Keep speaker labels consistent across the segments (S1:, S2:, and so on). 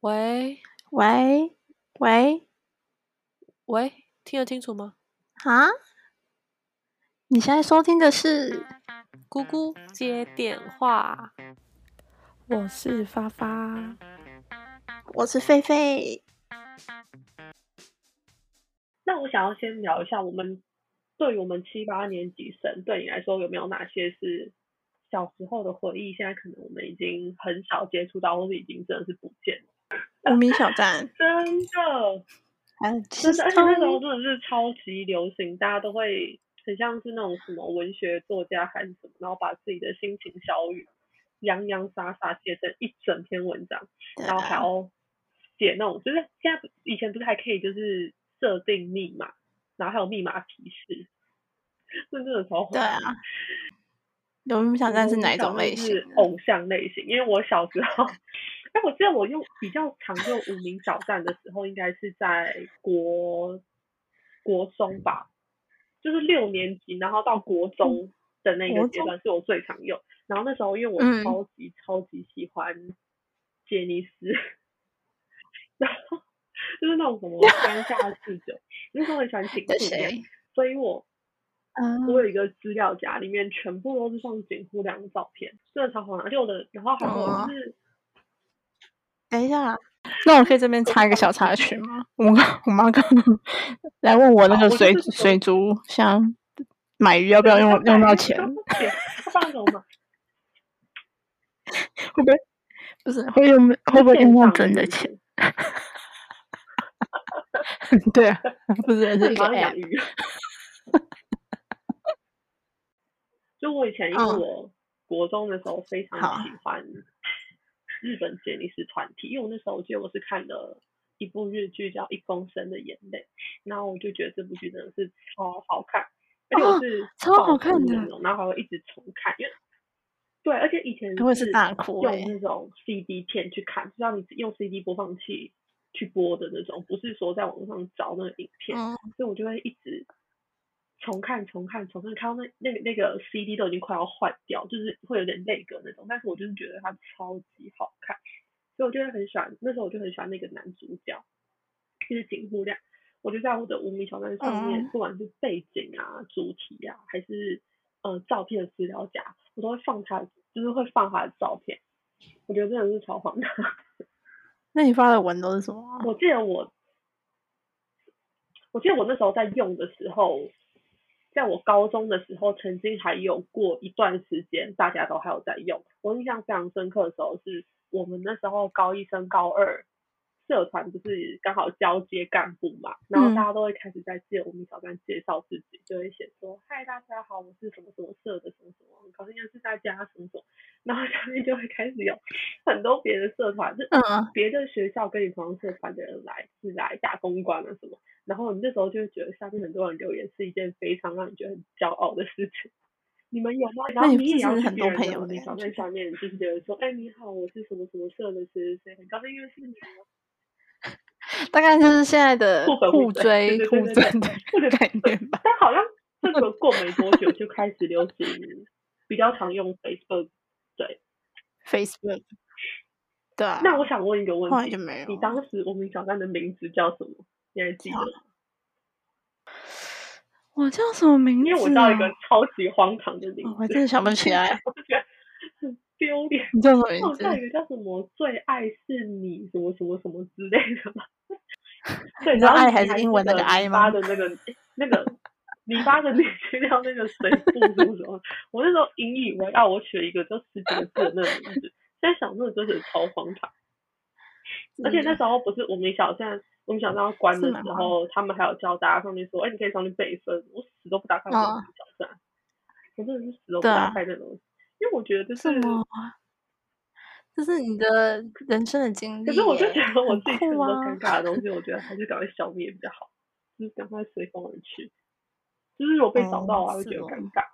S1: 喂
S2: 喂喂
S1: 喂，听得清楚吗？
S2: 啊！你现在收听的是
S1: 姑姑接电话，我是发发。
S2: 我是狒狒，
S3: 那我想要先聊一下，我们对于我们七八年级生，对你来说有没有哪些是小时候的回忆？现在可能我们已经很少接触到，或是已经真的是不见了。，
S2: 无名呃小站 哎
S3: 真的，
S2: 还有
S3: 真
S2: 其
S3: 的，
S2: 实
S3: 而且那时候真的是超级流行，大家都会很像是那种什么文学作家还是什么，然后把自己的心情小语洋洋洒洒写成一整篇文章。然后还
S2: 啊
S3: 要写那种，就是现在不以前不是还可以就是设定密码，然后还有密码提示，那真的超
S2: 对啊，无名小站是哪一种类型
S3: 是
S2: 的？
S3: 偶像类型，因为我小时候，哎，我记得我用比较常用无名小站的时候，应该是在国国中吧，就是六年级，然后到国中的那个
S2: 嗯国
S3: 阶
S2: 中
S3: 段是我最常用。然后那时候因为我
S2: 嗯
S3: 超级、超级喜欢杰尼斯，然后 就是那种什么乡下四九，那时候很 喜欢景
S2: 的
S3: 这样，
S2: 谁？
S3: 所以我
S2: 嗯，
S3: 我有一个资料夹，里面全部都是放景户良的照片，真的超好看。而且我的，然后还有
S2: 哦
S3: 就是，
S2: 等一下，那我可以这边插一个小插曲吗？我我妈刚 来问哦我那
S3: 好我
S2: 个
S3: 就
S2: 水
S3: 是
S2: 水族箱买鱼要不要 用用到钱，
S3: 他放什么？
S2: 会不会不是会用 会不会用到真的钱？
S3: 钱？
S2: 对啊，不 是
S3: 自
S2: 是
S3: 己
S2: 一个
S3: 帮养
S2: app，
S3: 鱼。 就我以前因为
S2: 嗯
S3: 我国中的时候非常
S2: 好
S3: 喜欢日本杰尼斯团体，因为我那时候我记得我是看了一部日剧叫《一公升的眼泪》，然后我就觉得这部剧真的是超好看，而且
S2: 哦
S3: 我是
S2: 超好
S3: 爆哭
S2: 看的
S3: 那哦种，然后还会一直重看，因为对，而且以前
S2: 我也是大哭哎、
S3: 用那种 CD 片去看，就让你用 CD 播放器去播的那种，不是说在网上找那个影片，
S2: 嗯
S3: 所以我就会一直重看、重看、重看，看到那那个那个 CD 都已经快要换掉，就是会有点累格那种，但是我就是觉得它超级好看，所以我就会很喜欢，那时候我就很喜欢那个男主角，就是井户亮。我就在我的无名小站上面，
S2: 嗯
S3: 不管是背景啊、主题啊，还是呃照片的资料夹，我都会放他，就是会放他的照片。我觉得真的是超荒唐。
S2: 那你发的文都是什么啊？
S3: 我记得我，我记得我那时候在用的时候，在我高中的时候，曾经还有过一段时间，大家都还有在用。我印象非常深刻的时候是，我们那时候高一升高二，社团不是刚好交接干部嘛，然后
S2: 嗯
S3: 大家都会开始在借我们小站介绍自己，就会写说：“嗨，大家好，我是什么什么社的什么什么，很高兴认识大家什么什么。” 然后下面就会开始有很多别的社团，就
S2: 嗯，
S3: 别的学校跟你同样社团的人来是来打公关啊什么，然后你那时候就会觉得下面很多人留言是一件非常让你觉得很骄傲的事情。你们有吗？然后
S2: 你
S3: 你也
S2: 不是
S3: 要去
S2: 很
S3: 别
S2: 多
S3: 人
S2: 朋
S3: 的
S2: 友
S3: 无
S2: 的
S3: 名
S2: 感
S3: 小站
S2: 觉
S3: 下面，就是觉得说，哎，你好，我是什么什么社的谁谁谁，很高兴认识你哦。
S2: 大概就是现在的
S3: 互粉
S2: 互
S3: 互追对
S2: 追
S3: 对
S2: 互
S3: 对
S2: 追
S3: 对
S2: 的
S3: 或者
S2: 概 念吧。
S3: 但好像这个过没多久就开始流行，比较常用 Facebook。
S2: Facebook，对啊，
S3: 那我想问一个问
S2: 后来
S3: 题
S2: 就，没有
S3: 你
S2: 了。
S3: 当时无名小站的名字叫什么？你还记得
S2: 好
S3: 吗？
S2: 我叫什么名字、啊
S3: 因为我知道一个，超级荒唐的名
S2: 哦
S3: 字，
S2: 我真的想不 起来。
S3: 我就觉得很丢脸。
S2: 你叫什么
S3: 好
S2: 名字？啊
S3: 像有一个叫什么“最爱是你”什么什么什么之类的嘛。 对，
S2: 你说
S3: 然后
S2: 爱
S3: 你
S2: 还是英文那个
S3: 泥
S2: I
S3: 巴
S2: 吗
S3: 的那个那个泥巴的那些料那个水布什么什么，我那时候引以为傲，我取了一个就十几个字的那个名字，现在想那个真是超荒 唐。而且那时候不是我们小站，我们小站要关的
S2: 是蛮
S3: 时
S2: 荒
S3: 候，他们还有教大家上面说，哎、你可以上去备份。我死都不打开我
S2: 嗯
S3: 们小站，我真的是死都不
S2: 对
S3: 打
S2: 啊
S3: 开这东西，因为我觉得就是
S2: 什么啊？这是你的人生的经历耶。
S3: 可是我就觉得我
S2: 很
S3: 自己
S2: 酷
S3: 很多
S2: 啊
S3: 尴尬的东西，我觉得还是赶快消灭比较好，就是赶快随风而去。就是如果被找
S2: 哦
S3: 到，我还会
S2: 是
S3: 觉得
S2: 哦
S3: 尴尬。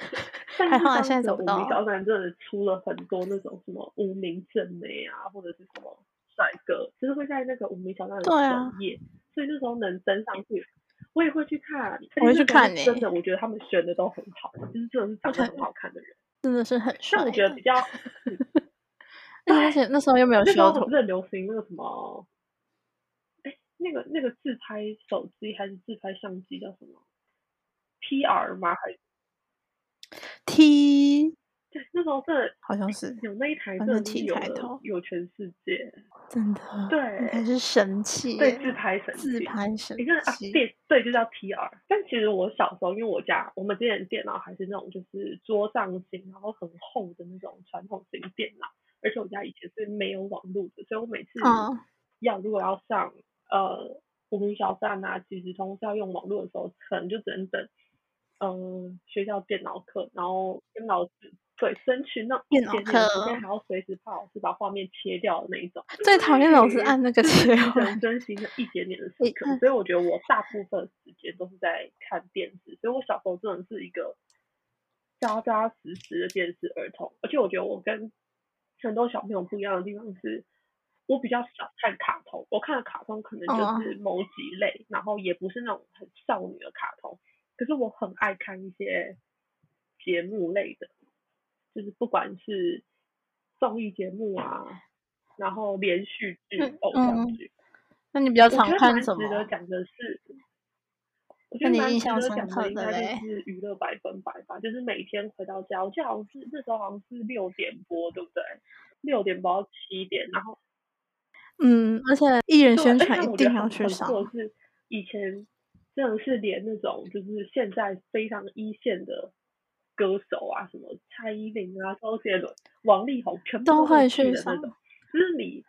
S3: 但
S2: 还
S3: 是
S2: 好啊
S3: 像
S2: 现在
S3: 那个
S2: 找不
S3: 无
S2: 到
S3: 名
S2: 啊
S3: 小站真的出了很多那种什么无名正妹啊，或者是什么帅哥，就是会在那个无名小站的
S2: 对啊
S3: 首页，所以那时候能登上去，我也会去看。啊
S2: 我会
S3: 而且那
S2: 去
S3: 时候
S2: 看欸哦
S3: 真的，我觉得他们选的都很好，就是真的是长得很好看的人。
S2: 真的是很帅
S3: 但
S2: 欸的。
S3: 我觉得比较，嗯
S2: 而且那时候又没有
S3: 那时候
S2: 修
S3: 不
S2: 图
S3: 是，很流行那个什么，哎，那个那个自拍手机还是自拍相机叫什么？PR 吗？还是
S2: T
S3: 对那时候真的
S2: 好像是
S3: 有那一台
S2: 反
S3: 真
S2: 正
S3: 的是
S2: T
S3: 有
S2: 开
S3: 了
S2: 头
S3: 有全世界
S2: 真的，
S3: 对
S2: 还是神器
S3: 对
S2: 耶，
S3: 自拍神
S2: 嗯自
S3: 器
S2: 拍神
S3: 你看啊，
S2: 器，
S3: 对对，就叫 PR。但其实我小时候，因为我家我们之前的电脑还是那种就是桌上型，然后很厚的那种传统型电脑，而且我家以前是没有网络的，所以我每次
S2: 嗯
S3: 要、如果要上呃无名小站啊、即时通是要用网络的时候，可能就只能等嗯、呃学校电脑课，然后跟老师对争取那种一
S2: 电脑
S3: 点点时
S2: 课
S3: 间，还要随时怕老师把画面切掉的那一种。
S2: 最讨厌老师按那个切
S3: 只
S2: 换
S3: 能，珍惜那一点点的
S2: 你
S3: 时刻
S2: 看，
S3: 所以我觉得我大部分时间都是在看电视，所以我小时候真的是一个扎扎实实的电视儿童。而且我觉得我跟很多小朋友不一样的地方是，我比较少看卡通，我看的卡通可能
S2: 哦
S3: 就是某几类，然后也不是那种很少女的卡通，可是我很爱看一些节目类的，就是不管是综艺节目啊，然后连续剧、
S2: 嗯
S3: 偶
S2: 嗯
S3: 像剧，
S2: 那你比较
S3: 我
S2: 常
S3: 觉得
S2: 看
S3: 蛮
S2: 什么啊
S3: 值？得讲的是，我觉得
S2: 那你
S3: 蛮
S2: 印
S3: 值
S2: 象
S3: 得
S2: 深
S3: 讲
S2: 刻
S3: 的应
S2: 的嘞
S3: 该就是娱乐百分百吧，就是每天回到家，我记得好像是那时候好像是六点播，对不对？六点播到七点，然后
S2: 嗯，而且艺人
S3: 对
S2: 宣
S3: 而且
S2: 传一
S3: 哎我觉得
S2: 定要
S3: 很
S2: 去
S3: 很
S2: 上，
S3: 酷的是以前真的是连那种就是现在非常一线的歌手啊，什么蔡依林啊、周杰伦、王力宏，全部
S2: 都
S3: 会
S2: 会去
S3: 去的那
S2: 上
S3: 种，就是你。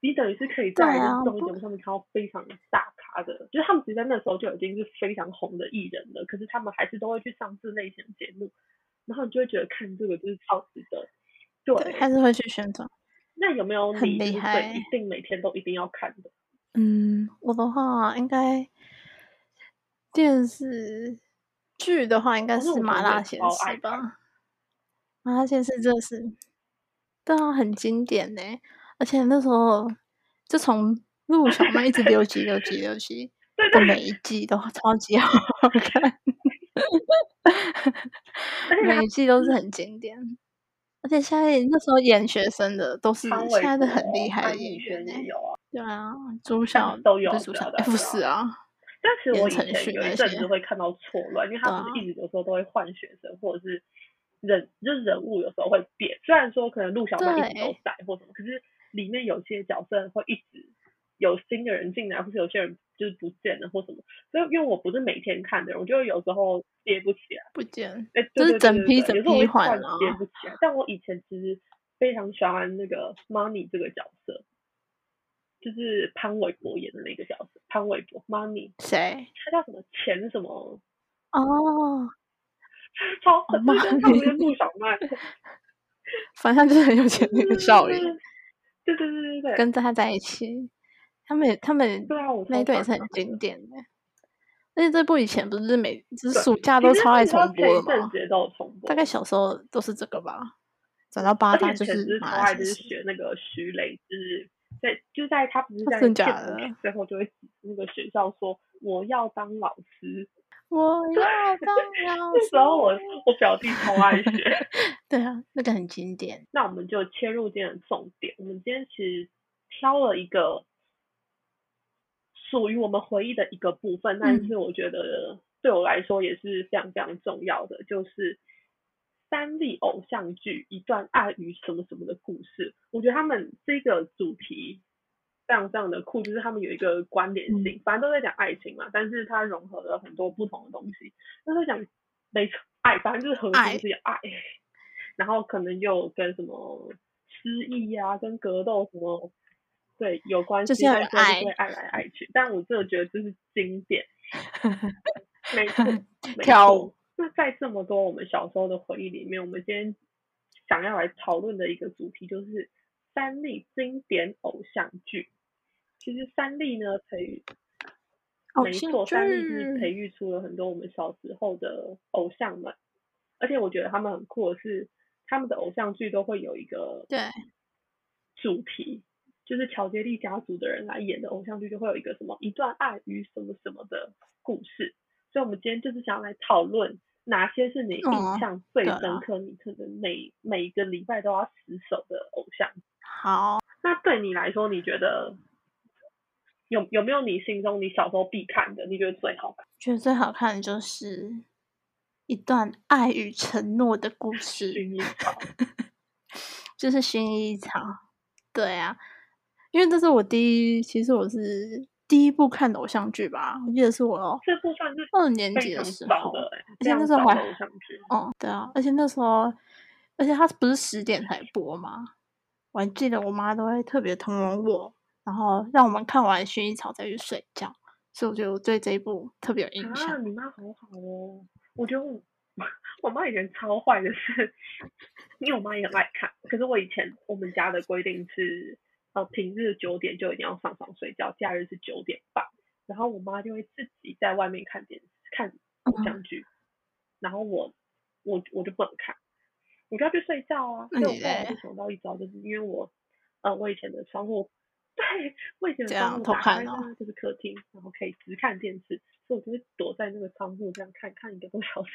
S3: 你等于是可以
S2: 对
S3: 在就
S2: 啊
S3: 是综艺
S2: 不
S3: 节目上面看到非常大咖的，就是他们其实在那时候就已经是非常红的艺人了，可是他们还是都会去上这类型的节目，然后你就会觉得看这个就是超值得。
S2: 对，
S3: 欸
S2: 还是会去宣传。
S3: 那有没有
S2: 很
S3: 你
S2: 厉
S3: 就是对
S2: 害
S3: 一定每天都一定要看的？
S2: 嗯，我的话应该电视剧的话，应该
S3: 哦那
S2: 是
S3: 我
S2: 麻
S3: 真的
S2: 辣
S3: 也
S2: 鲜
S3: 超爱
S2: 师
S3: 看
S2: 吧？麻辣鲜师真的是，对啊，很经典呢、而且那时候就从陆小曼一直留级、留级、留级
S3: 对
S2: 的每一季都超级好看，
S3: 而且
S2: 每
S3: 他
S2: 一季都是很经典。而且现在那时候演学生的都是
S3: 潘玮
S2: 现在都很
S3: 柏
S2: 厉害的
S3: 潘
S2: 演
S3: 宇轩
S2: 员呢、
S3: 也有啊。
S2: 对啊，朱
S3: 但
S2: 晓
S3: 是都有
S2: 不是朱
S3: 对啊
S2: 晓，
S3: 对啊
S2: 不
S3: 对
S2: 是
S3: 啊
S2: 啊，
S3: 但其实我以
S2: 言承
S3: 前
S2: 旭
S3: 有
S2: 那
S3: 一阵
S2: 些
S3: 子会看到错乱，因为
S2: 对
S3: 他
S2: 啊
S3: 不是一直有时候都会换学生，或者是人就是人物有时候会变。虽然说可能陆小曼一直都
S2: 对
S3: 在或什么，可是里面有些角色会一直有新的人进来，或是有些人就是不见了或什么。所以因为我不是每天看的人，我就有时候接不起来。
S2: 不见。
S3: 哎，
S2: 就
S3: 对对
S2: 是
S3: 对
S2: 整
S3: 对
S2: 批
S3: 对
S2: 整
S3: 有时候我
S2: 批
S3: 会
S2: 换
S3: 换
S2: 啊
S3: 接不起来。但我以前其实非常喜欢那个 Money 这个角色，就是潘玮柏演的那个角色，潘玮柏 Money，
S2: 谁？
S3: 他叫什么钱什么，
S2: 哦，
S3: 超
S2: 哦
S3: 很对对，他不是
S2: Money
S3: 陆小 曼，嗯
S2: 反正就是很有钱的一个少爷，
S3: 对对对对对对，
S2: 跟他在一起，他们也他们
S3: 对啊，我
S2: 那一
S3: 超
S2: 对也
S3: 喜
S2: 是
S3: 欢
S2: 很经典的。而且这部以前不是每就是
S3: 对
S2: 暑假
S3: 他
S2: 都
S3: 其实
S2: 超爱
S3: 你知道
S2: 重播的
S3: 前一阵
S2: 嘛
S3: 子？也都有重播，
S2: 大概小时候都是这个吧。转到八
S3: 而且
S2: 大
S3: 以
S2: 就
S3: 前
S2: 是
S3: 是超
S2: 马来
S3: 爱
S2: 西
S3: 就是
S2: 亚，
S3: 学那个徐磊，就是在就在他不是
S2: 啊
S3: 在
S2: 真
S3: 建
S2: 假
S3: 中
S2: 的
S3: 最后就会那个学校说我要当老师，
S2: 我要当老
S3: 那时候我
S2: 师
S3: 我表弟超爱学。
S2: 对啊，那个很经典。
S3: 那我们就切入今天的重点，我们今天其实挑了一个属于我们回忆的一个部分，但
S2: 嗯
S3: 是我觉得对我来说也是非常非常重要的，就是三立偶像剧一段爱与什么什么的故事。我觉得他们这个主题非常非常的酷，就是他们有一个关联
S2: 嗯
S3: 性，反正都在讲爱情嘛，但是它融合了很多不同的东西，都在讲没错爱，反正就是核
S2: 爱
S3: 心是有爱，然后可能又有跟什么失忆啊，跟格斗什么。对，有关
S2: 就
S3: 系，
S2: 是要
S3: 所以
S2: 有
S3: 说
S2: 爱
S3: 会爱来爱去，但我真的觉得这是经 典，没错，没
S2: 跳
S3: 错
S2: 舞。
S3: 那在这么多我们小时候的回忆里面，我们今天想要来讨论的一个主题就是三立经典偶像剧。其实三立呢，培育
S2: 偶
S3: 没
S2: 像
S3: 错，三立哦是
S2: 剧
S3: 培育出了很多我们小时候的偶像们，而且我觉得他们很酷的是，他们的偶像剧都会有一个
S2: 对，
S3: 主题，就是乔杰利家族的人来演的偶像剧，就会有一个什么一段爱与什么什么的故事。所以，我们今天就是想要来讨论哪些是你
S2: 哦
S3: 印象最
S2: 对啊
S3: 深刻？你可能每每一个礼拜都要死守的偶像。
S2: 好，
S3: 那对你来说，你觉得有有没有你心中你小时候必看的？你觉得最 好看？
S2: 觉得最好看的就是一段爱与承诺的故事。
S3: 薰衣草，
S2: 就是薰衣草。对啊，因为这是我第一，其实我是第一部看的偶像剧吧，我记得是我
S3: 这部算是
S2: 二年级
S3: 非常
S2: 时
S3: 早
S2: 候。
S3: 的、欸，
S2: 而
S3: 非
S2: 且那
S3: 常
S2: 时候
S3: 早
S2: 还
S3: 的偶像剧。
S2: 哦，对啊，而且那时候，而且它不是十点才播吗？我还记得我妈都会特别通融我，然后让我们看完薰衣草再去睡觉，所以我觉得我对这一部特别有印象。
S3: 啊，你妈好好哦。我觉得我 我妈以前超坏的是，因为我妈也很爱看，可是我以前我们家的规定是，呃，平日九点就一定要上床睡觉，假日是九点半，然后我妈就会自己在外面看电视看
S2: 嗯
S3: 偶像剧，然后我我我就不能看，我就要去睡觉啊。所
S2: 那
S3: 以我
S2: 你
S3: 后来
S2: 嘞
S3: 就想到一招，就是因为我，呃，我以前的窗户，对我以前的
S2: 这
S3: 窗
S2: 样
S3: 户
S2: 偷
S3: 打
S2: 看
S3: 开
S2: 哦
S3: 呢就是客厅，然后可以只看电视，所以我就会躲在那个窗户这样看看一个多小时。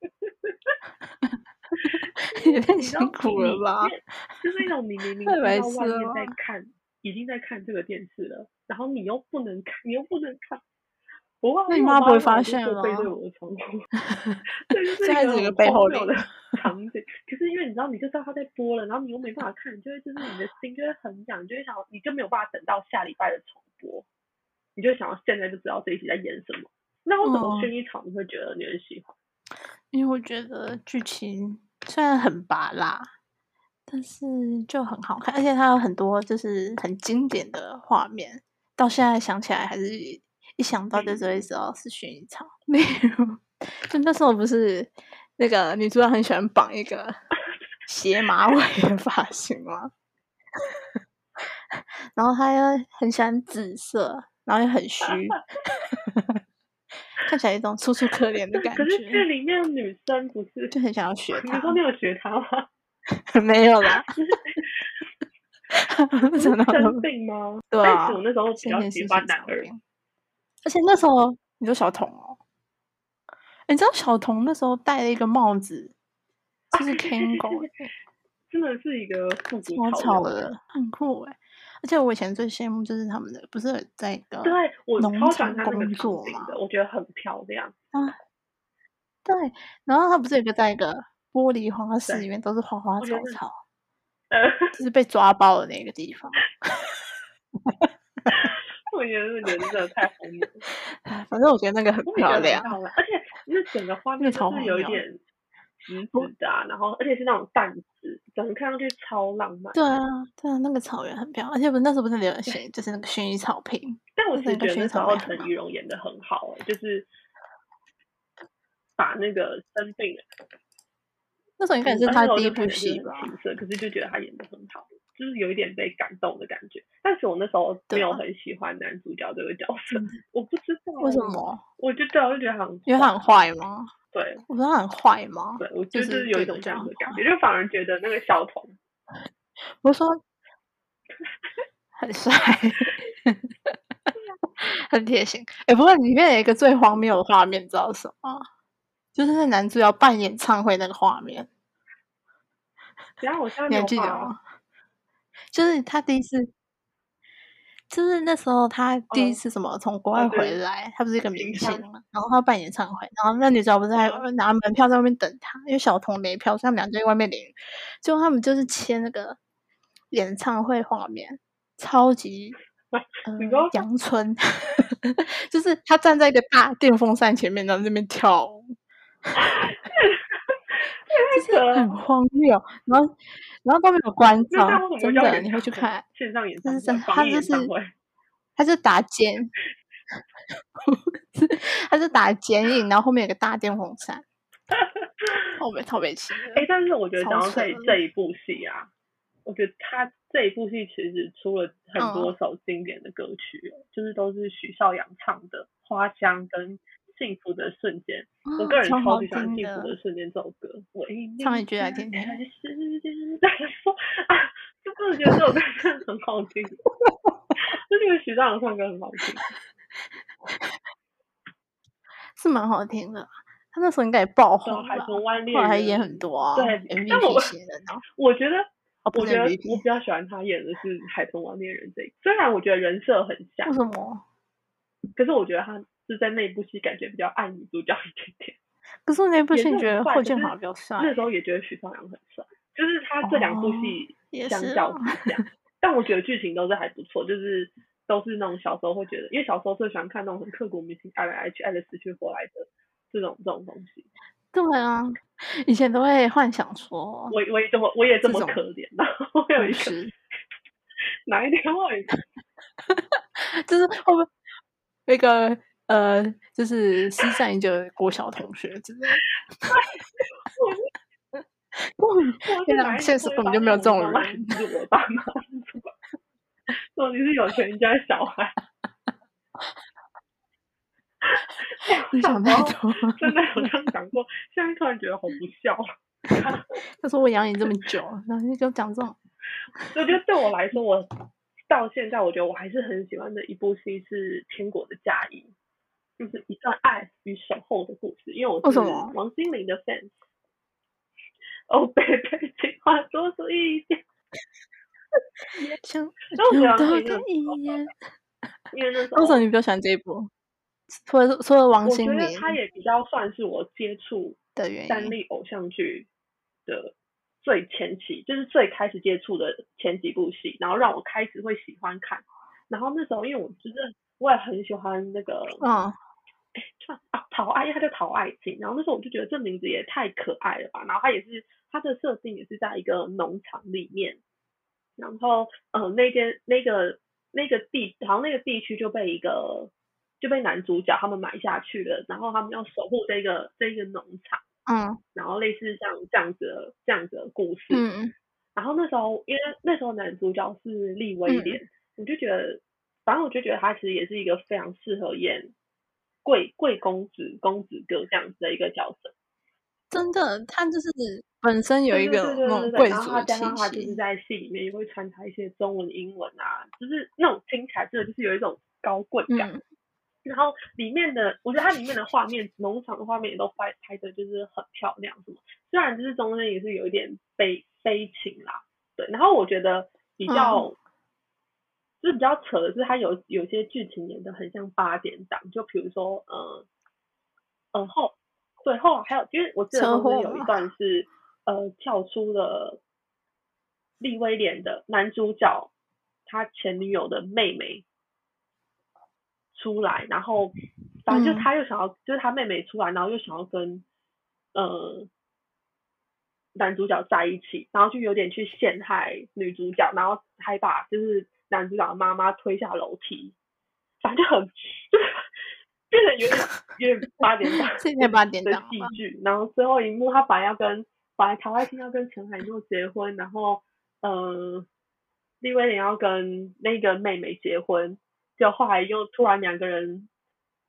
S2: 也太
S3: 你知
S2: 辛
S3: 道
S2: 苦了
S3: 你
S2: 吧？？
S3: 就是那种你明明
S2: 太
S3: 知道
S2: 白
S3: 外
S2: 痴
S3: 面
S2: 了
S3: 在
S2: 吧
S3: 看，已经在看这个电视了，然后你又不能看，你又不能看。我忘
S2: 那
S3: 记
S2: 你
S3: 我
S2: 妈不会
S3: 有
S2: 发
S3: 一次
S2: 现
S3: 就背
S2: 吗
S3: 对我的 窗户，这就是
S2: 这
S3: 一
S2: 还
S3: 个
S2: 是一个
S3: 很
S2: 背
S3: 荒
S2: 后
S3: 谬
S2: 灵
S3: 的场景。可是因为你知道，你就知道他在播了，然后你又没办法看，就会就是你的心就会很痒，你就会想要，你就没有办法等到下礼拜的重播，你就会想要现在就知道这一集在演什么。那为什么
S2: 哦
S3: 薰衣草你会觉得你很喜欢？
S2: 因为我觉得剧情虽然很拔辣，但是就很好看，而且它有很多就是很经典的画面，到现在想起来还是一想到就只会知道是薰衣草。例如，就那时候不是那个女主角很喜欢绑一个斜马尾的发型吗？ 然后她又很喜欢紫色，然后又很虚，看起来有一种楚楚可怜的
S3: 对
S2: 感觉。
S3: 可是这里面的女生不是
S2: 就很想要学
S3: 你
S2: 他
S3: 说你有学他吗？
S2: 没有 啦，
S3: 不是
S2: 想到
S3: 生病吗？
S2: 对啊
S3: 但是我那时候比
S2: 先
S3: 较
S2: 天
S3: 喜
S2: 性
S3: 欢
S2: 心
S3: 男
S2: 脏
S3: 二，
S2: 病。而且那时候你说小童哦，你知道小童那时候戴了一个帽子，
S3: 啊
S2: 就是 Kango，
S3: 真的是一个复古
S2: 超
S3: 潮
S2: 潮
S3: 流。
S2: 的，很酷哎、而且我以前最羡慕就是他们的，不是有在一个
S3: 对，我
S2: 农
S3: 超喜欢
S2: 场
S3: 他那个场
S2: 工作
S3: 景
S2: 嘛
S3: 的，我觉得很漂亮。
S2: 对，然后他不是有一个在一个玻璃花室
S3: 对
S2: 里面都是花花
S3: 我觉
S2: 草
S3: 得那
S2: 草，
S3: 呃，
S2: 就是被抓包的那个地 方，
S3: 我觉得那个人真的太荒谬了，
S2: 哎反正我觉得那个很
S3: 我也觉得
S2: 漂
S3: 很
S2: 亮，
S3: 漂亮，而且那整个画
S2: 那个
S3: 面
S2: 超
S3: 就
S2: 荒
S3: 是有一
S2: 谬
S3: 点直直的啊，然后而且是那种淡紫，整个看上去超浪漫。
S2: 对啊，对啊，那个草原很漂亮，而且不是那时候不是流行，就是那个薰衣草坪，
S3: 但我
S2: 那
S3: 其实
S2: 整个
S3: 觉得那时
S2: 薰衣草
S3: 候
S2: 莓很
S3: 陈怡蓉演的很好、欸，就是把那个生病
S2: 那时候应该也
S3: 嗯
S2: 是
S3: 而且
S2: 他
S3: 我
S2: 第
S3: 就
S2: 一部
S3: 看起来
S2: 戏
S3: 就是
S2: 吧
S3: 很？青涩，可是就觉得他演的很好，就是有一点被感动的感觉。但是我那时候
S2: 对
S3: 没有
S2: 啊
S3: 很喜欢男主角这个角色，
S2: 嗯
S3: 我不知道
S2: 为什。么？
S3: 我就对，啊我就觉得他很
S2: 因为他很坏吗？
S3: 对
S2: 我说他很坏吗？
S3: 对，我
S2: 就
S3: 就是有
S2: 对
S3: 一
S2: 的
S3: 种
S2: 这
S3: 这样
S2: 样
S3: 的感
S2: 话
S3: 觉，就反而觉得那个小童
S2: 我说很帅，很贴心。哎、不过里面有一个最荒谬的画面，你知道是什么吗？就是那男主角办演唱会那个画面，
S3: 然后我现在
S2: 你
S3: 没有
S2: 还
S3: 哦
S2: 记得
S3: 办法
S2: 吗？ 就是他第一次，就是那时候他第一
S3: 嗯
S2: 次什么从国
S3: 哦
S2: 外
S3: 对
S2: 回来，他不是一个明
S3: 演
S2: 星
S3: 唱
S2: 嘛，然后他办演唱会，然后那女主角不是还
S3: 嗯
S2: 拿门票在外面等他，因为小童没票，所以他们俩就在外面领。结果他们就是签那个演唱会画面，超 级呃
S3: 你说
S2: 阳春， 就是他站在一个大电风扇前面，然后在那边跳 舞。就是
S3: 扯
S2: 很荒谬，然后，然后都没有观
S3: 那
S2: 众
S3: 他为，什么
S2: 真
S3: 叫
S2: 的，
S3: 演
S2: 你会去
S3: 唱会
S2: 看，
S3: 线上演唱会
S2: 但是真的，
S3: 防
S2: 他
S3: 疫
S2: 就
S3: 演
S2: 是
S3: 唱会，
S2: 他就打剪，他就打剪影，然后后面有个大电风扇，特别特别气
S3: 哎、但是我觉得
S2: 超
S3: 讲到
S2: 扯
S3: 这一
S2: 的
S3: 这一部戏啊，我觉得他这一部戏其实出了
S2: 嗯
S3: 很多首经典的歌曲，就是都是许绍洋唱的《花香》跟《幸福的瞬间》。我个人
S2: 超
S3: 超
S2: 好
S3: 级喜欢《
S2: 听
S3: 幸福的
S2: 的，
S3: 瞬间》这首歌。我一
S2: 唱一
S3: 定
S2: 句来
S3: 在
S2: 听听
S3: 爱世 界再说啊，就真的觉得这首歌真的很好听， 就觉得许绍洋唱歌很好听。
S2: 是蛮好听的。他那时候应该也爆
S3: 对啊
S2: 红
S3: 海
S2: 吧？
S3: 豚湾
S2: 后
S3: 恋
S2: 来
S3: 人
S2: 还演很多啊，
S3: 对但我
S2: ，MVP 写的呢。
S3: 我觉得，
S2: 哦不
S3: 我
S2: 是
S3: 觉得
S2: MVP
S3: 我比较喜欢他演的是《海豚王恋人》这一，虽然我觉得人设很像
S2: 为，什么？
S3: 可是我觉得他是在那一部戏感觉比较爱女主角一点点。
S2: 可是我那部
S3: 也
S2: 戏
S3: 是
S2: 你觉得
S3: 很帅
S2: 霍
S3: 可
S2: 建
S3: 是
S2: 华比较帅，
S3: 那时候也觉得许绍洋很帅，就是他这两部戏
S2: 哦也
S3: 相
S2: 是
S3: 较
S2: 啊
S3: 之下， 但我觉得剧情都是还不错，就是都是那种小时候会觉得，因为小时候最喜欢看那种很刻骨铭心、爱来爱去、爱的死去活来的这种这种东西。
S2: 对啊，以前都会幻想说，
S3: 我我也这么我也这
S2: 哦这
S3: 么
S2: 种
S3: 可怜，然后 我有一个
S2: 是，
S3: 哪一天我有一个
S2: 就是会不会那个呃，就是失散已久的国小同学之类的。
S3: 我
S2: 天
S3: 是
S2: 哪
S3: 哪一天
S2: 现实
S3: 会发
S2: 根本就没有
S3: 现
S2: 这
S3: 我
S2: 种
S3: 爸妈
S2: 人
S3: 不是我爸妈，说你是有钱人家的小孩，
S2: 你想太多了，
S3: 真的有这样讲过，现在突然觉得好不孝。
S2: 他说我养你这么久，然后你就讲这种，
S3: 我觉得对我来说，我到现在我觉得我还是很喜欢的一部戏是《天国的嫁衣》，就是一段爱与守候的故事。因为我
S2: 为
S3: 是
S2: 什么
S3: 王心凌的 fans。哦，贝贝，请话多说一 点。
S2: 像
S3: 那我觉得
S2: 多
S3: 可以那
S2: 的
S3: 种
S2: 一眼。
S3: 因为那时
S2: 为什么
S3: 候
S2: 你比较喜欢这一部？除了除了王
S3: 我觉
S2: 心
S3: 得
S2: 凌
S3: 他也比较算是我接触
S2: 的原
S3: 三
S2: 因，
S3: 立偶像剧的最前期，就是最开始接触的前几部戏，然后让我开始会喜欢看。然后那时候因为我真的我也很喜欢那 个
S2: 嗯，
S3: 算啊陶爱，因为它叫陶爱情。然后那时候我就觉得这名字也太可爱了吧。然后它也是它的设定也是在一个农场里面，然后呃那间那个那个地好像那个地区就被一个就被男主角他们买下去了，然后他们要守护这个这个农场，
S2: 嗯
S3: 然后类似像这样子的这样子的故事。
S2: 嗯
S3: 然后那时候，因为那时候男主角是利威
S2: 嗯
S3: 廉，我就觉得，反正我就觉得他其实也是一个非常适合演贵贵公子、公子哥这样子的一个角色。
S2: 真的，他就是本身有一
S3: 对
S2: 个
S3: 对对
S2: 那
S3: 对对
S2: 种
S3: 对
S2: 贵
S3: 然后
S2: 族
S3: 他
S2: 的
S3: 加上他就
S2: 气
S3: 是
S2: 息，
S3: 在戏里面也会穿插一些中文、英文啊，就是那种听起来真的就是有一种高贵感。
S2: 嗯，
S3: 然后里面的，我觉得它里面的画面，农场的画面也都拍拍的，就是很漂亮，什么虽然就是中间也是有一点悲悲情啦，对。然后我觉得比较，
S2: 嗯
S3: 就是比较扯的是，它有有些剧情演的很像八点档，就比如说，呃，呃后对后来还有，因为我记得
S2: 车
S3: 中间
S2: 祸
S3: 有一
S2: 嘛
S3: 段是呃跳出了利威廉的男主角他前女友的妹妹出来，然后反正
S2: 嗯，
S3: 就他又想要，就是他妹妹出来，然后又想要跟呃男主角在一起，然后就有点去陷害女主角，然后还把就是男主角的妈妈推下楼梯，反正就很就是 变得有点有点八点档
S2: 这应该八点
S3: 的
S2: 档
S3: 戏
S2: 吧？
S3: 剧，然后最后一幕他本来要跟本来曹爱卿要跟陈海诺结婚，然后呃利威廉要跟那个妹妹结婚，就后来又突然两个人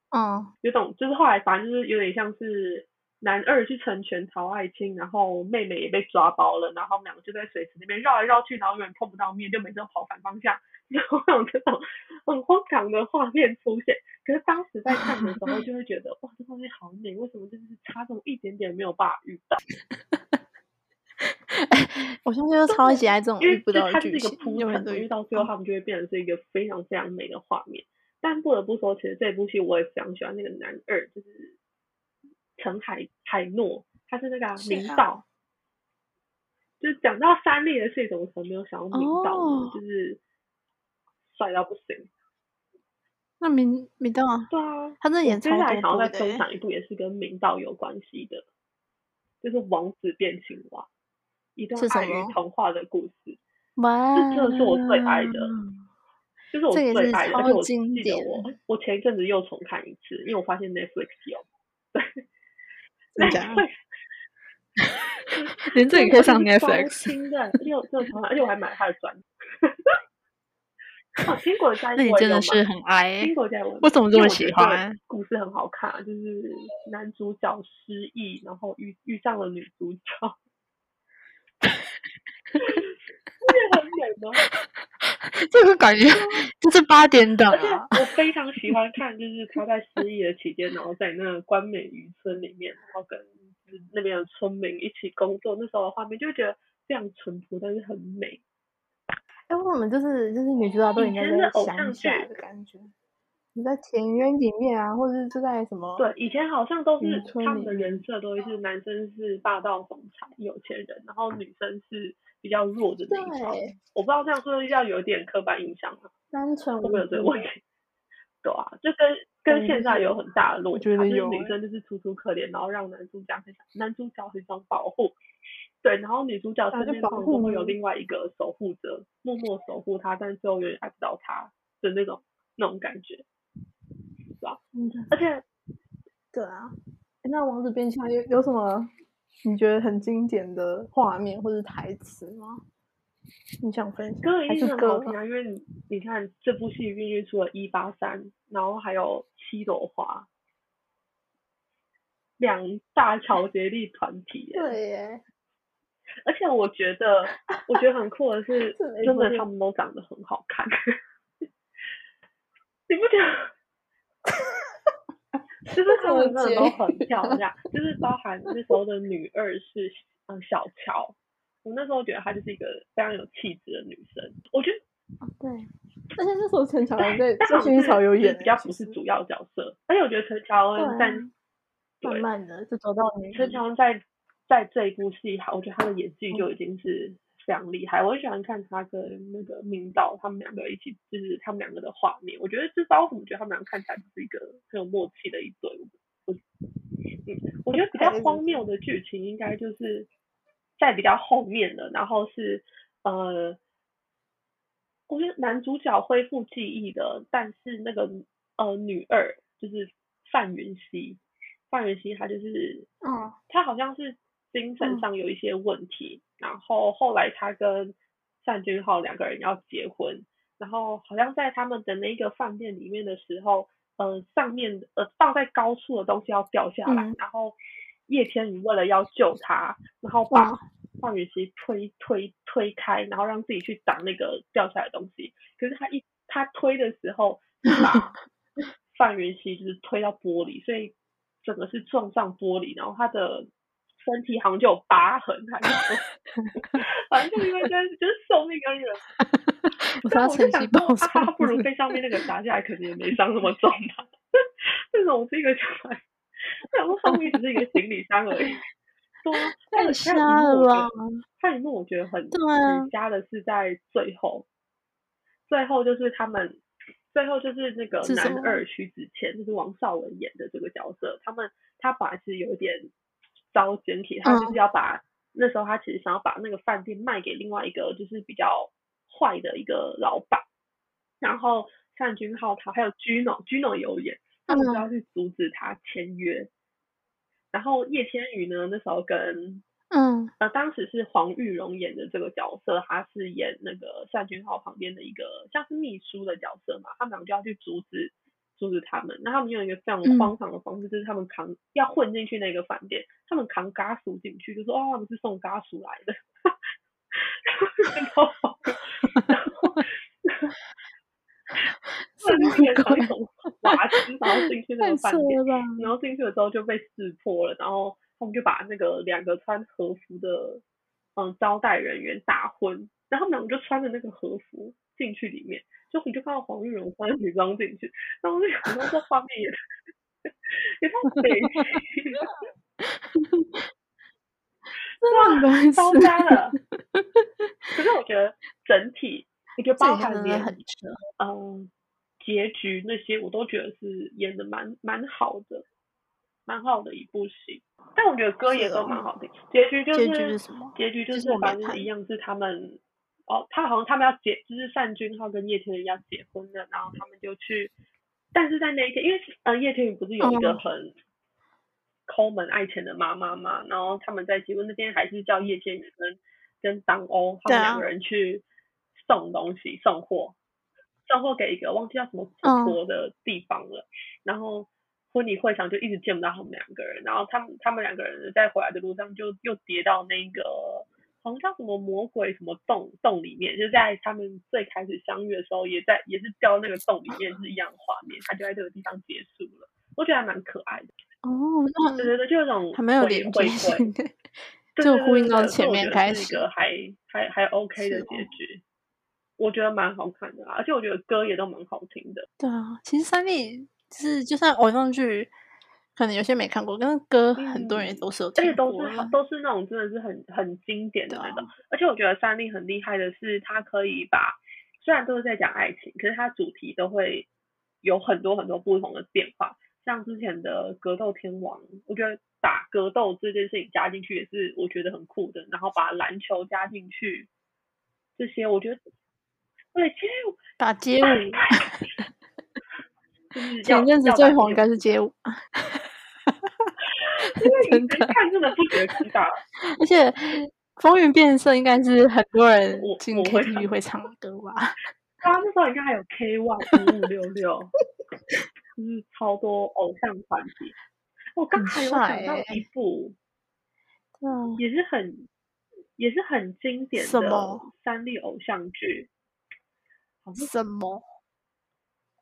S2: 嗯，
S3: 有种就是后来反正就是有点像是男二去成全曹爱卿，然后妹妹也被抓包了，然后他们两个就在水池那边绕来绕去，然后永远碰不到面，就每次都跑反方向， 然后有这种很荒唐的画面出现。可是当时在看的时候，就会觉得 哇，这画面好美，为什么就是差这么一点点没有办法遇到？
S2: 我相信就超级爱这种
S3: 因
S2: 遇
S3: 为
S2: 不
S3: 就
S2: 到
S3: 它
S2: 的
S3: 就是
S2: 剧
S3: 一个
S2: 情，
S3: 铺
S2: 有很
S3: 陈
S2: 多
S3: 嘛，因为
S2: 遇
S3: 到最后他们就会变成是一个非常非常美的画面。但不得不说，其实这部戏我也非常喜欢那个男二，就是陈海海诺，他是那个啊
S2: 谁
S3: 明
S2: 啊
S3: 道。就是讲到三立的事情，我从没有想到明道呢，
S2: 哦
S3: 就是帅到不行。
S2: 那明明道啊，
S3: 对啊，
S2: 他真的演
S3: 接
S2: 超
S3: 下来
S2: 多
S3: 想要
S2: 部
S3: 再
S2: 的
S3: 分
S2: 欸，
S3: 享一部也是跟明道有关系的，就是《王子变青蛙》，一段
S2: 是什
S3: 爱与
S2: 么
S3: 童话的故事。
S2: 哇，
S3: 这是我最爱的就是我
S2: 嗯这个
S3: 最
S2: 是
S3: 爱的，而
S2: 超
S3: 且我
S2: 经
S3: 记得
S2: 典
S3: 我我前一阵子又重看一次，因为我发现 Netflix 有。
S2: 真
S3: Netflix
S2: 假？ 连这个也可以上 Netflix，
S3: 新的又又重看，而且我还买了他的 专辑。哦，苹果家
S2: 那你
S3: 我也有
S2: 真的
S3: 买
S2: 是很爱欸
S3: 苹果家我
S2: 为什么这么喜欢？
S3: 因为我觉得故事很好看啊，就是男主角失忆，然后遇遇上了女主角， 不是很美吗？
S4: 这个 感觉就是八点档啊。
S3: 我非常喜欢看，就是他在失忆的期间，然后在那个关美渔村里面，然后跟那边的村民一起工作，那时候的画面就会觉得非常淳朴，但是很美。
S5: 哎，为什么就是就是女主角都
S3: 以
S5: 已经
S3: 前的
S5: 在
S3: 偶
S5: 乡
S3: 像
S5: 下
S3: 剧
S5: 的感觉？你在田园里面啊，或者是就在什么？
S3: 对，以前好像都是
S5: 渔村
S3: 他们的
S5: 里面
S3: 人设都会是男生是霸道总裁、有钱人，然后女生是比较弱的那一方。
S5: 对，
S3: 我不知道这样说要有点刻板印象啊，
S5: 单纯
S3: 会
S5: 无
S3: 不会有这个
S5: 辜
S3: 问题？对啊，就跟跟
S5: 嗯
S3: 现在有很大的落
S5: 我
S3: 差，
S5: 觉得
S3: 就是
S5: 有
S3: 女
S5: 欸
S3: 生就是楚楚可怜，然后让男主角很想男主角很想保护，对，然后女主角
S5: 啊
S3: 身
S5: 就
S3: 边
S5: 保
S3: 通常都
S5: 护
S3: 会有
S5: 你
S3: 另外一个守护者，默默守护她，但最后永远爱不到她的那种那种感觉，啊
S5: 嗯
S3: 而且
S5: 对啊，诶那王子变相有有什么你觉得很经典的画面或者台词吗？你想分享？
S3: 歌一
S5: 还
S3: 定
S5: 是
S3: 很好
S5: 哎歌？
S3: 听啊，因为你你看这部戏孕育出了一八三，然后还有七朵花，两大乔杰力团体耶。
S5: 哎对耶，
S3: 而且我觉得，我觉得很酷 的是
S5: 这没，
S3: 真
S5: 错
S3: 的他们都长得很好看， 你不觉得？ 就是他们真的都很漂亮，就是包含那时候的女二是嗯小乔，我那时候觉得她就是一个非常有气质的女生，我觉得
S5: 对。而且那时候陈乔恩在
S3: 哦但好
S5: 《薰
S3: 像
S5: 衣草》有
S3: 就是
S5: 演欸，
S3: 比较
S5: 其
S3: 不是
S5: 实
S3: 主要角色，而且我觉得陈乔
S5: 对啊
S3: 恩在
S5: 慢
S3: 对
S5: 慢的就走到女
S2: 嗯
S3: 陈
S5: 一。
S3: 乔恩在在这一部戏，好，我觉得她的演技就已经是非常厉害。我很喜欢看她跟那个明道他们两个一起，就是他们两个的画面。我觉得就是不知道为什么，觉得他们两个看起来就是一个很有默契的一对。我，嗯，我觉得比较荒谬的剧情应该就是在比较后面的，然后是呃，我觉得男主角恢复记忆的，但是那个呃女二就是范云熙，范云熙她就是
S5: 嗯，
S3: 他好像是精神上有一些问题，然后后来他跟单俊浩两个人要结婚，然后好像在他们的那个饭店里面的时候，呃，上面的呃放在高处的东西要掉下来，
S5: 嗯
S3: 然后叶天宇为了要救他，然后把
S5: 哇
S3: 范雨熙推推推开，然后让自己去挡那个掉下来的东西，可是他一他推的时候是把范云熙就是推到玻璃，所以整个是撞上玻璃，然后他的身体好像就 有疤痕，还是什么反正就因为真是就是寿命跟人，
S1: 我说他
S3: 但我就
S1: 成
S3: 想
S1: 绩
S3: 说
S1: 爆
S3: 啊，
S1: 上
S3: 他不如被上面那个砸下来，可能也没伤那么重吧。 这种这个想法，我想说上面只是一个行李箱而已。对啊，但
S2: 太
S3: 是
S2: 瞎
S3: 它有一幕我
S2: 了
S3: 觉得
S2: 吧？
S3: 它一幕我觉得很
S2: 对啊
S3: 很瞎的是在最后，最后就是他们，最后就是那个
S2: 是什
S3: 男
S2: 么
S3: 二徐子谦，就是王绍文演的这个角色，他们他本来是有点遭简体，他
S2: 嗯
S3: 就是要把、那时候他其实想要把那个饭店卖给另外一个就是比较坏的一个老板，然后单君浩他还有 Gino，Gino 有演，他们就要去阻止他签约。然后叶天宇呢，那时候跟
S2: 嗯，
S3: 呃，当时是黄玉荣演的这个角色，他是演那个单俊浩旁边的一个像是秘书的角色嘛，他们两个就要去阻止阻止他们。那他们用一个非常
S2: 嗯
S3: 荒唐的方式，就是他们扛要混进去那个饭店，他们扛家属进去，就说哦，他们是送家属来的， 然后 然 后
S2: 什么
S3: 然后
S2: 鬼
S3: 一种瓦斯，然后进去那
S2: 太
S3: 个饭
S2: 色
S3: 店，
S2: 了吧？
S3: 然后进去了之后就被识破了，然后他们就把那个两个穿和服的嗯招待人员打昏，然后他们两个就穿着那个和服进去里面，就你就看到黄玉荣穿女装进去，然后我就想到这画面也也 太北齐了，
S2: 真的 很白
S3: 啊包
S2: 痴
S3: 扎了。可是我觉得整体，我觉得
S2: 这
S3: 包
S2: 里真
S3: 含
S2: 的
S3: 连
S2: 很扯。
S3: 嗯，结局那些我都觉得是演的蛮蛮好的，蛮好的一部戏。但我觉得歌也
S2: 是
S3: 都
S2: 哦
S3: 蛮好听。结局就
S2: 结
S3: 是
S2: 局是什么
S3: 结局就
S2: 这
S3: 是
S2: 是我没
S3: 反正
S2: 看
S3: 一样是他们哦，他好像他们要结，就是单俊浩跟叶天宇要结婚了，然后他们就去，但是在那一天，因为呃叶天宇不是有一
S2: 嗯
S3: 个很抠门爱钱的妈妈嘛，然后他们在结婚那天还是叫叶天宇跟跟当欧他
S2: 对
S3: 们
S2: 啊
S3: 两个人去送东西、送货，送货给一个忘记叫什么
S2: 嗯
S3: 婆婆的地方了。然后婚礼会上就一直见不到他们两个人，然后他们他们两个人在回来的路上就又跌到那个好像叫什么魔鬼什么洞洞里面，就在他们最开始相遇的时候，也在也是掉那个洞里面，是一样的画面，他就在这个地方结束了。我觉得还蛮可爱的，
S2: 哦，
S3: 对
S2: 那
S3: 对对，就有种
S2: 还蛮有
S3: 回
S2: 连
S3: 回
S2: 接性
S3: 馈，
S2: 的，
S3: 对
S2: 就
S3: 对对
S2: 呼
S3: 对
S2: 应到
S3: 对所以
S2: 前
S3: 我
S2: 面
S3: 觉得
S2: 开
S3: 是一
S2: 始
S3: 个还还还 OK 的
S2: 是
S3: 结
S2: 哦
S3: 局，我觉得蛮好看的啊，而且我觉得歌也都蛮好听的，
S2: 对啊，其实三立就是就算偶像剧，可能有些没看过，但是歌很多人也
S3: 嗯
S2: 都是有
S3: 而且
S2: 听
S3: 都
S2: 过
S3: 是
S2: 啦。
S3: 都是那种真的是很很经典的
S2: 对
S3: 那
S2: 啊
S3: 种。而且我觉得三立很厉害的是，它可以把虽然都是在讲爱情，可是它主题都会有很多很多不同的变化。像之前的格斗天王，我觉得把格斗这件事情加进去也是我觉得很酷的，然后把篮球加进去，这些我觉得对，其实
S2: 打街舞，
S3: 就是要
S2: 前阵子
S3: 要
S2: 最
S3: 把
S2: 红应
S3: 这
S2: 该
S3: 些
S2: 是街舞，
S3: 因为
S2: 真
S3: 你
S2: 的，
S3: 看真的不觉得尴尬，
S2: 而且《风云变色》应该是很多人
S3: 我
S2: 进
S3: 我会唱
S2: KTV 会唱的歌吧？
S3: 他那时候应该还有 K One 五五六 六，就是超多偶像团体。我刚才
S2: 很
S3: 有想
S2: 帅
S3: 到
S2: 欸
S3: 一部，
S2: 对啊，
S3: 也是很也是很经典
S2: 什
S3: 的
S2: 么
S3: 三立偶像剧，好像
S2: 什么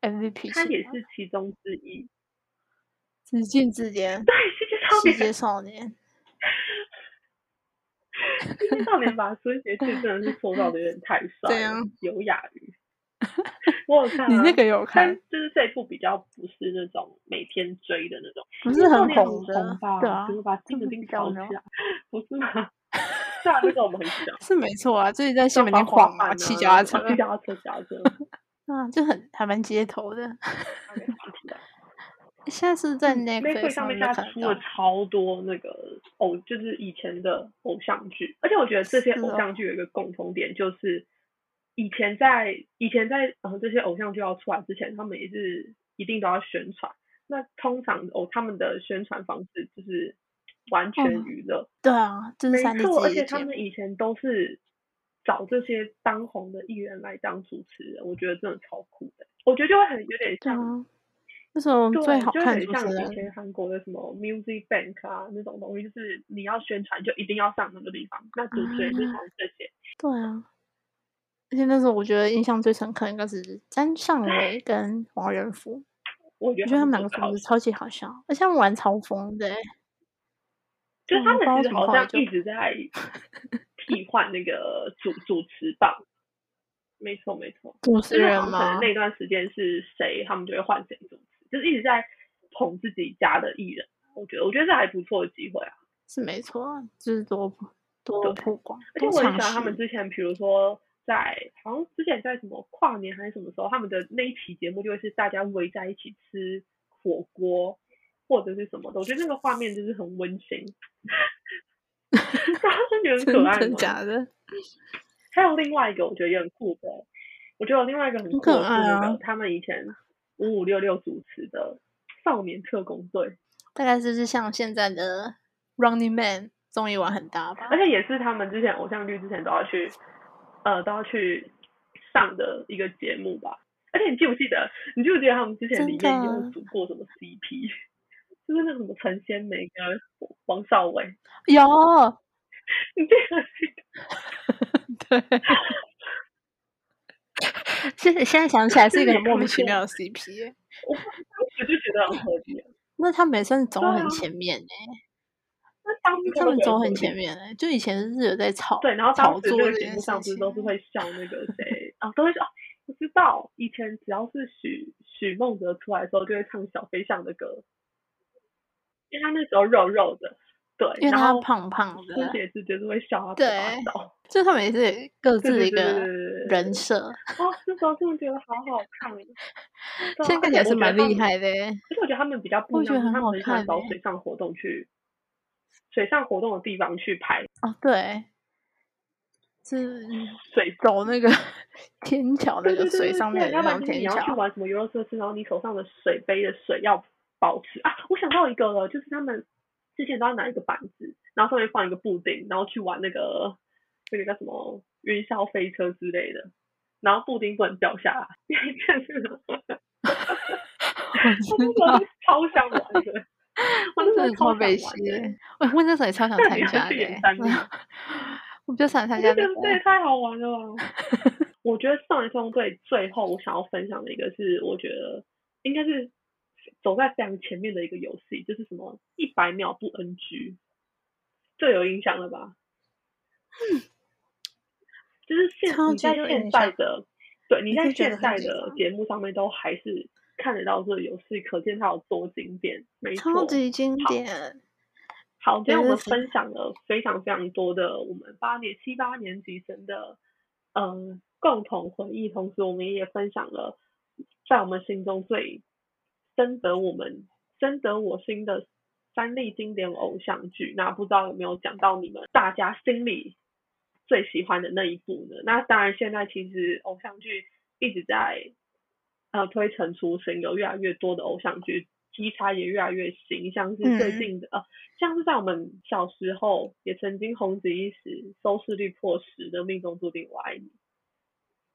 S2: MVP
S3: 它
S2: 是
S3: 也
S2: 吗
S3: 是其中之一。
S2: 只进之间，
S3: 对，《世界少
S2: 世
S3: 年》
S2: 界少年，
S3: 《世界少年》把孙协志真的是塑造的有点 太帅
S2: 怎
S3: 了
S2: 样，
S3: 有雅 鱼。我有看、啊，
S2: 啊你那个有
S3: 但
S2: 看？
S3: 就是这一部比较不是那种每天追的那种，
S2: 不
S3: 因
S2: 是
S3: 为
S2: 很
S3: 少年
S2: 红的
S3: 红吧？
S2: 对啊
S3: 就是把
S2: 就
S3: 金的
S2: 是
S3: 定
S2: 比较
S3: 炒起
S2: 没有
S3: 来，不是 吗？虽然那个我们很小，
S2: 是没错啊，最近在新
S3: 像
S2: 闻
S3: 滑
S2: 里
S3: 滑
S2: 晃
S3: 板
S2: 嘛，
S3: 啊，
S2: 骑脚踏 车
S3: 啊骑脚踏车，脚踏 车，
S2: 啊，就很还蛮街头的。现在是在 Netflix
S3: 嗯，Netflix 上面现在
S2: 面就看得
S3: 出了
S2: 到，
S3: 超多那个偶，就是以前的偶像剧，而且我觉得这些
S2: 是
S3: 偶
S2: 哦
S3: 像剧有一个共同点，就是以前在以前在呃这些偶像剧要出来之前，他们也是一定都要宣传。那通常哦，他们的宣传方式就是完全
S2: 嗯
S3: 娱乐，
S2: 对啊，这是
S3: 没
S2: 三 D
S3: 错，
S2: 自
S3: 而
S2: 己的
S3: 且他
S2: 节目
S3: 们，以前都是找这些当红的艺人来当主持人，我觉得真的超酷的。我觉得就会很有点
S2: 对
S3: 像，
S2: 啊，那种
S3: 对，啊
S2: 最好
S3: 就
S2: 看
S3: 很
S2: 主
S3: 像
S2: 持
S3: 以
S2: 人，
S3: 前韩国的什么 Music Bank 啊那种东西，就是你要宣传就一定要上那个地方，那主持人就
S2: 啊
S3: 谈这些。
S2: 对啊。而且那时候我觉得印象最深刻应该是詹尚伟跟王仁甫，
S3: 我觉得
S2: 我觉得他
S3: 们
S2: 们两
S3: 做得
S2: 个组
S3: 好
S2: 织，超级好笑，而且他们玩超疯的欸、
S3: 就是
S2: 嗯
S3: 他
S2: 不知道
S3: 们其
S2: 为
S3: 实
S2: 什么
S3: 好
S2: 后来
S3: 像
S2: 就
S3: 一直在 替换那个主主持棒。没错，没错。
S2: 主
S3: 就
S2: 持
S3: 是
S2: 人
S3: 好像可
S2: 嘛
S3: 能，那段时间是谁，他们就会换谁主持，就是一直在捧自己家的艺人。我觉得，我觉得这还不错的机会啊。
S2: 是没错啊，就是多多
S3: 对
S2: 曝光，
S3: 而且
S2: 多
S3: 我很
S2: 尝
S3: 喜欢他们
S2: 试。
S3: 之前，比如说在好像之前在什么跨年还是什么时候，他们的那一期节目就会是大家围在一起吃火锅或者是什么的，我觉得那个画面就是很温馨， 大家真觉得很
S2: 真
S3: 可爱
S2: 的
S3: 吗？
S2: 假的？
S3: 还有另外一个我觉得也很酷的，我觉得有另外一个很
S2: 很
S3: 酷
S2: 可
S3: 的是
S2: 爱
S3: 那
S2: 啊
S3: 个他们以前五五六六主持的少年特工队，
S2: 大概就是像现在的 Running Man 综艺玩很大吧
S3: 而？且也是他们之前偶像剧之前都要去呃都要去上的一个节目吧。而且你记不记得？你记不记得他们之前
S2: 真
S3: 里面有
S2: 的
S3: 组过什么 CP？就是那个什么陈仙梅跟王少伟，
S2: 有，
S3: 你记得
S2: 对。现在现在想起来是一
S3: 真的也
S2: 个很莫
S3: 看
S2: 名
S3: 不
S2: 其
S3: 出
S2: 妙的 CP 耶
S3: 我当时就觉得很合理啊，
S2: 那他们也算是走
S3: 对
S2: 很
S3: 啊
S2: 前面呢、
S3: 那当时
S2: 他
S3: 我都
S2: 们
S3: 觉得
S2: 走
S3: 合
S2: 很
S3: 理
S2: 前面、欸，就以前是有在炒
S3: 对，然后当
S2: 炒
S3: 时那
S2: 作
S3: 个
S2: 这
S3: 节
S2: 件
S3: 目
S2: 事
S3: 上不是
S2: 情，
S3: 都是会笑那个谁啊，都会笑。哦我知道，以前只要是许许梦哲出来的时候，就会唱小飞象的歌，因为他那时候肉肉的，对，
S2: 因
S3: 然
S2: 为他
S3: 后
S2: 胖胖
S3: 孙
S2: 的，
S3: 协志就是会笑他
S2: 对
S3: 拔倒，
S2: 就他们也是各
S3: 对
S2: 自的
S3: 对
S2: 一
S3: 对对对
S2: 个
S3: 对对
S2: 人设，
S3: 对。哦，那时候真的觉得好好看，哦对啊
S2: 现在
S3: 而且
S2: 看起来
S3: 我
S2: 是
S3: 觉得
S2: 蛮
S3: 他
S2: 厉
S3: 们
S2: 害的欸、
S3: 而且我觉得他们比较不
S2: 我
S3: 一
S2: 觉
S3: 样，
S2: 得
S3: 是
S2: 很
S3: 他
S2: 好
S3: 们很喜欢
S2: 看
S3: 找
S2: 欸
S3: 水上活动去水上活动的地方去拍
S2: 哦，对，是
S3: 水
S2: 走那个 天桥那
S3: 对
S2: 个
S3: 对对
S2: 水
S3: 对
S2: 上面
S3: 对，
S2: 的
S3: 要不
S2: 那
S3: 然
S2: 种
S3: 就是你
S2: 天
S3: 要去
S2: 桥，
S3: 玩什么游乐设施，然后你手上的水杯的水要保持啊。我想到一个了，就是他们之前都要拿一个板子，然后上面放一个布丁，然后去玩那个那个叫什么云霄飞车之类的，然后布丁不能掉下来， 你还记得这个吗？ 我那时候就超想玩的，我那时
S2: 真
S3: 候
S2: 的超
S3: 超想
S2: 北
S3: 玩
S2: 西
S3: 的
S2: 欸。我我那时候也超想
S3: 那
S2: 参
S3: 你还
S2: 加
S3: 去
S2: 的
S3: 演
S2: 欸、
S3: 三吗
S4: 我比较想参
S3: 我
S4: 加
S3: 就
S4: 那
S3: 觉得这也
S4: 个，
S3: 太好玩了 吧！我觉得少年少队最后我想要分享的一个是，我觉得应该是走在非常前面的一个游戏，就是什么一百秒不 NG，这有影响了吧？就是现
S2: 超
S3: 你
S2: 级
S3: 在
S2: 有
S3: 现
S2: 印
S3: 在
S2: 象
S3: 的，对，你
S2: 你
S3: 在
S2: 会觉
S3: 现
S2: 得很
S3: 在
S2: 紧
S3: 的
S2: 张
S3: 节目上面都还是看得到这个游戏，可见它有多经典。没错，
S2: 超级经典。
S3: 好，今天我
S2: 对
S3: 们
S2: 就是
S3: 分享了非常非常多的我们八年七八年级生的嗯共同回忆，同时我们也分享了在我们心中最深得我们深得我心的三例经典偶像剧。那不知道有没有讲到你们大家心里最喜欢的那一部呢？那当然，现在其实偶像剧一直在呃推陈出新，有越来越多的偶像剧题材也越来越新，像是最
S4: 嗯
S3: 近的、呃，像是在我们小时候也曾经红极一时、收视率破十的《命中注定我爱你》，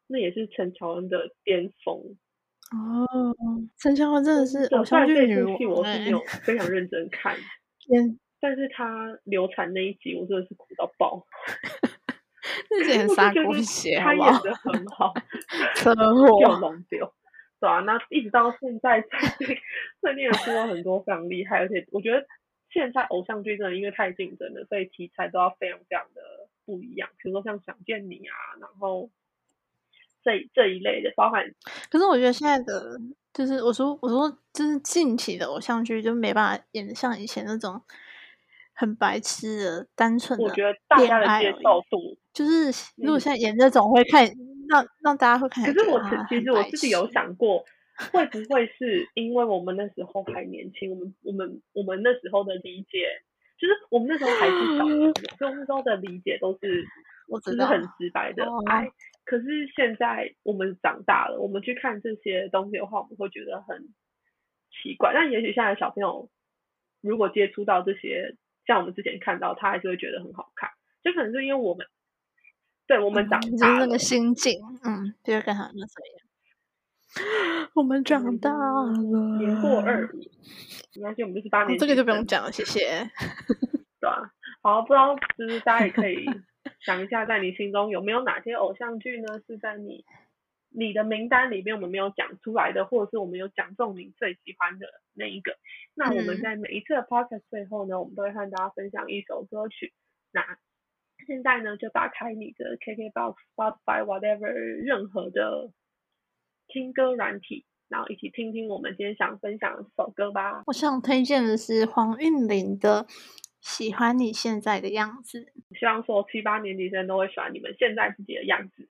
S3: 那也是陈乔恩的巅峰。
S2: 哦，陈乔恩真的是
S3: 对
S2: 偶像
S3: 虽然
S2: 剧女
S3: 这部戏
S2: 王
S3: 我
S2: 哎、
S3: 是没有非常认真看，
S2: 天
S3: 但是她流产那一集我真的是哭到爆，
S4: 那是很
S3: 我
S4: 傻
S3: 就觉
S4: 狗
S3: 得
S4: 血，好
S3: 她
S4: 不
S3: 演
S4: 好？
S3: 的很好。
S4: 车
S3: 又
S4: 祸，
S3: 龙流，对啊，那一直到现在，最近最近也出了很多非常厉害，而且我觉得现在偶像剧真的因为太竞争了，所以题材都要非常非常的不一样，比如说像《想见你》啊，然后这这一类的，包含
S2: 可是我觉得现在的就是我说我说就是近期的偶像剧就没办法演的像以前那种很白痴的单纯的，
S3: 我觉得大家的接受度，
S2: 就是如果
S3: 嗯
S2: 现在演这种会看让让大家会看起
S3: 可
S2: 来
S3: 是
S2: 觉
S3: 我
S2: 得
S3: 其
S2: 啊
S3: 其
S2: 很
S3: 实我
S2: 白
S3: 自己有
S2: 痴
S3: 想过。会不会是因为我们那时候还年轻，我们我们我们那时候的理解，就是我们那时候还是小朋友，所以我们那时候的理解都是
S2: 嗯我
S3: 就
S2: 知
S3: 是
S2: 道
S3: 很直白的
S2: 哦
S3: 爱。可是现在我们长大了，我们去看这些东西的话，我们会觉得很奇怪。但也许现在的小朋友如果接触到这些，像我们之前看到，他还是会觉得很好看。就可能是因为我们对我们长
S2: 嗯就是
S3: 大
S2: 那
S3: 了，
S2: 个心境，嗯，就是跟他那时候一样。
S1: 我们
S3: 我们
S1: 长
S3: 已
S1: 大
S3: 经
S1: 了，
S3: 嗯年过二五，没关系，我们就是八
S2: 哦
S3: 年、级
S2: 这个就不用
S3: 生
S2: 讲了，谢谢。
S3: 对啊，好，不知道就是大家也可以想一下，在你心中有没有哪些偶像剧呢？是在你你的名单里面我们没有讲出来的，或者是我们有讲中你最喜欢的那一个。那我们
S2: 嗯
S3: 在每一次的 podcast 最后呢，我们都会和大家分享一首歌曲。那现在呢，就打开你的 KKBox、Spotify、whatever 任何的听歌软体，然后一起听听我们今天想分享的这首歌吧。
S2: 我想推荐的是黄韵玲的《喜欢你现在的样子》。
S3: 希望说七八年级生都会喜欢你们现在自己的样子。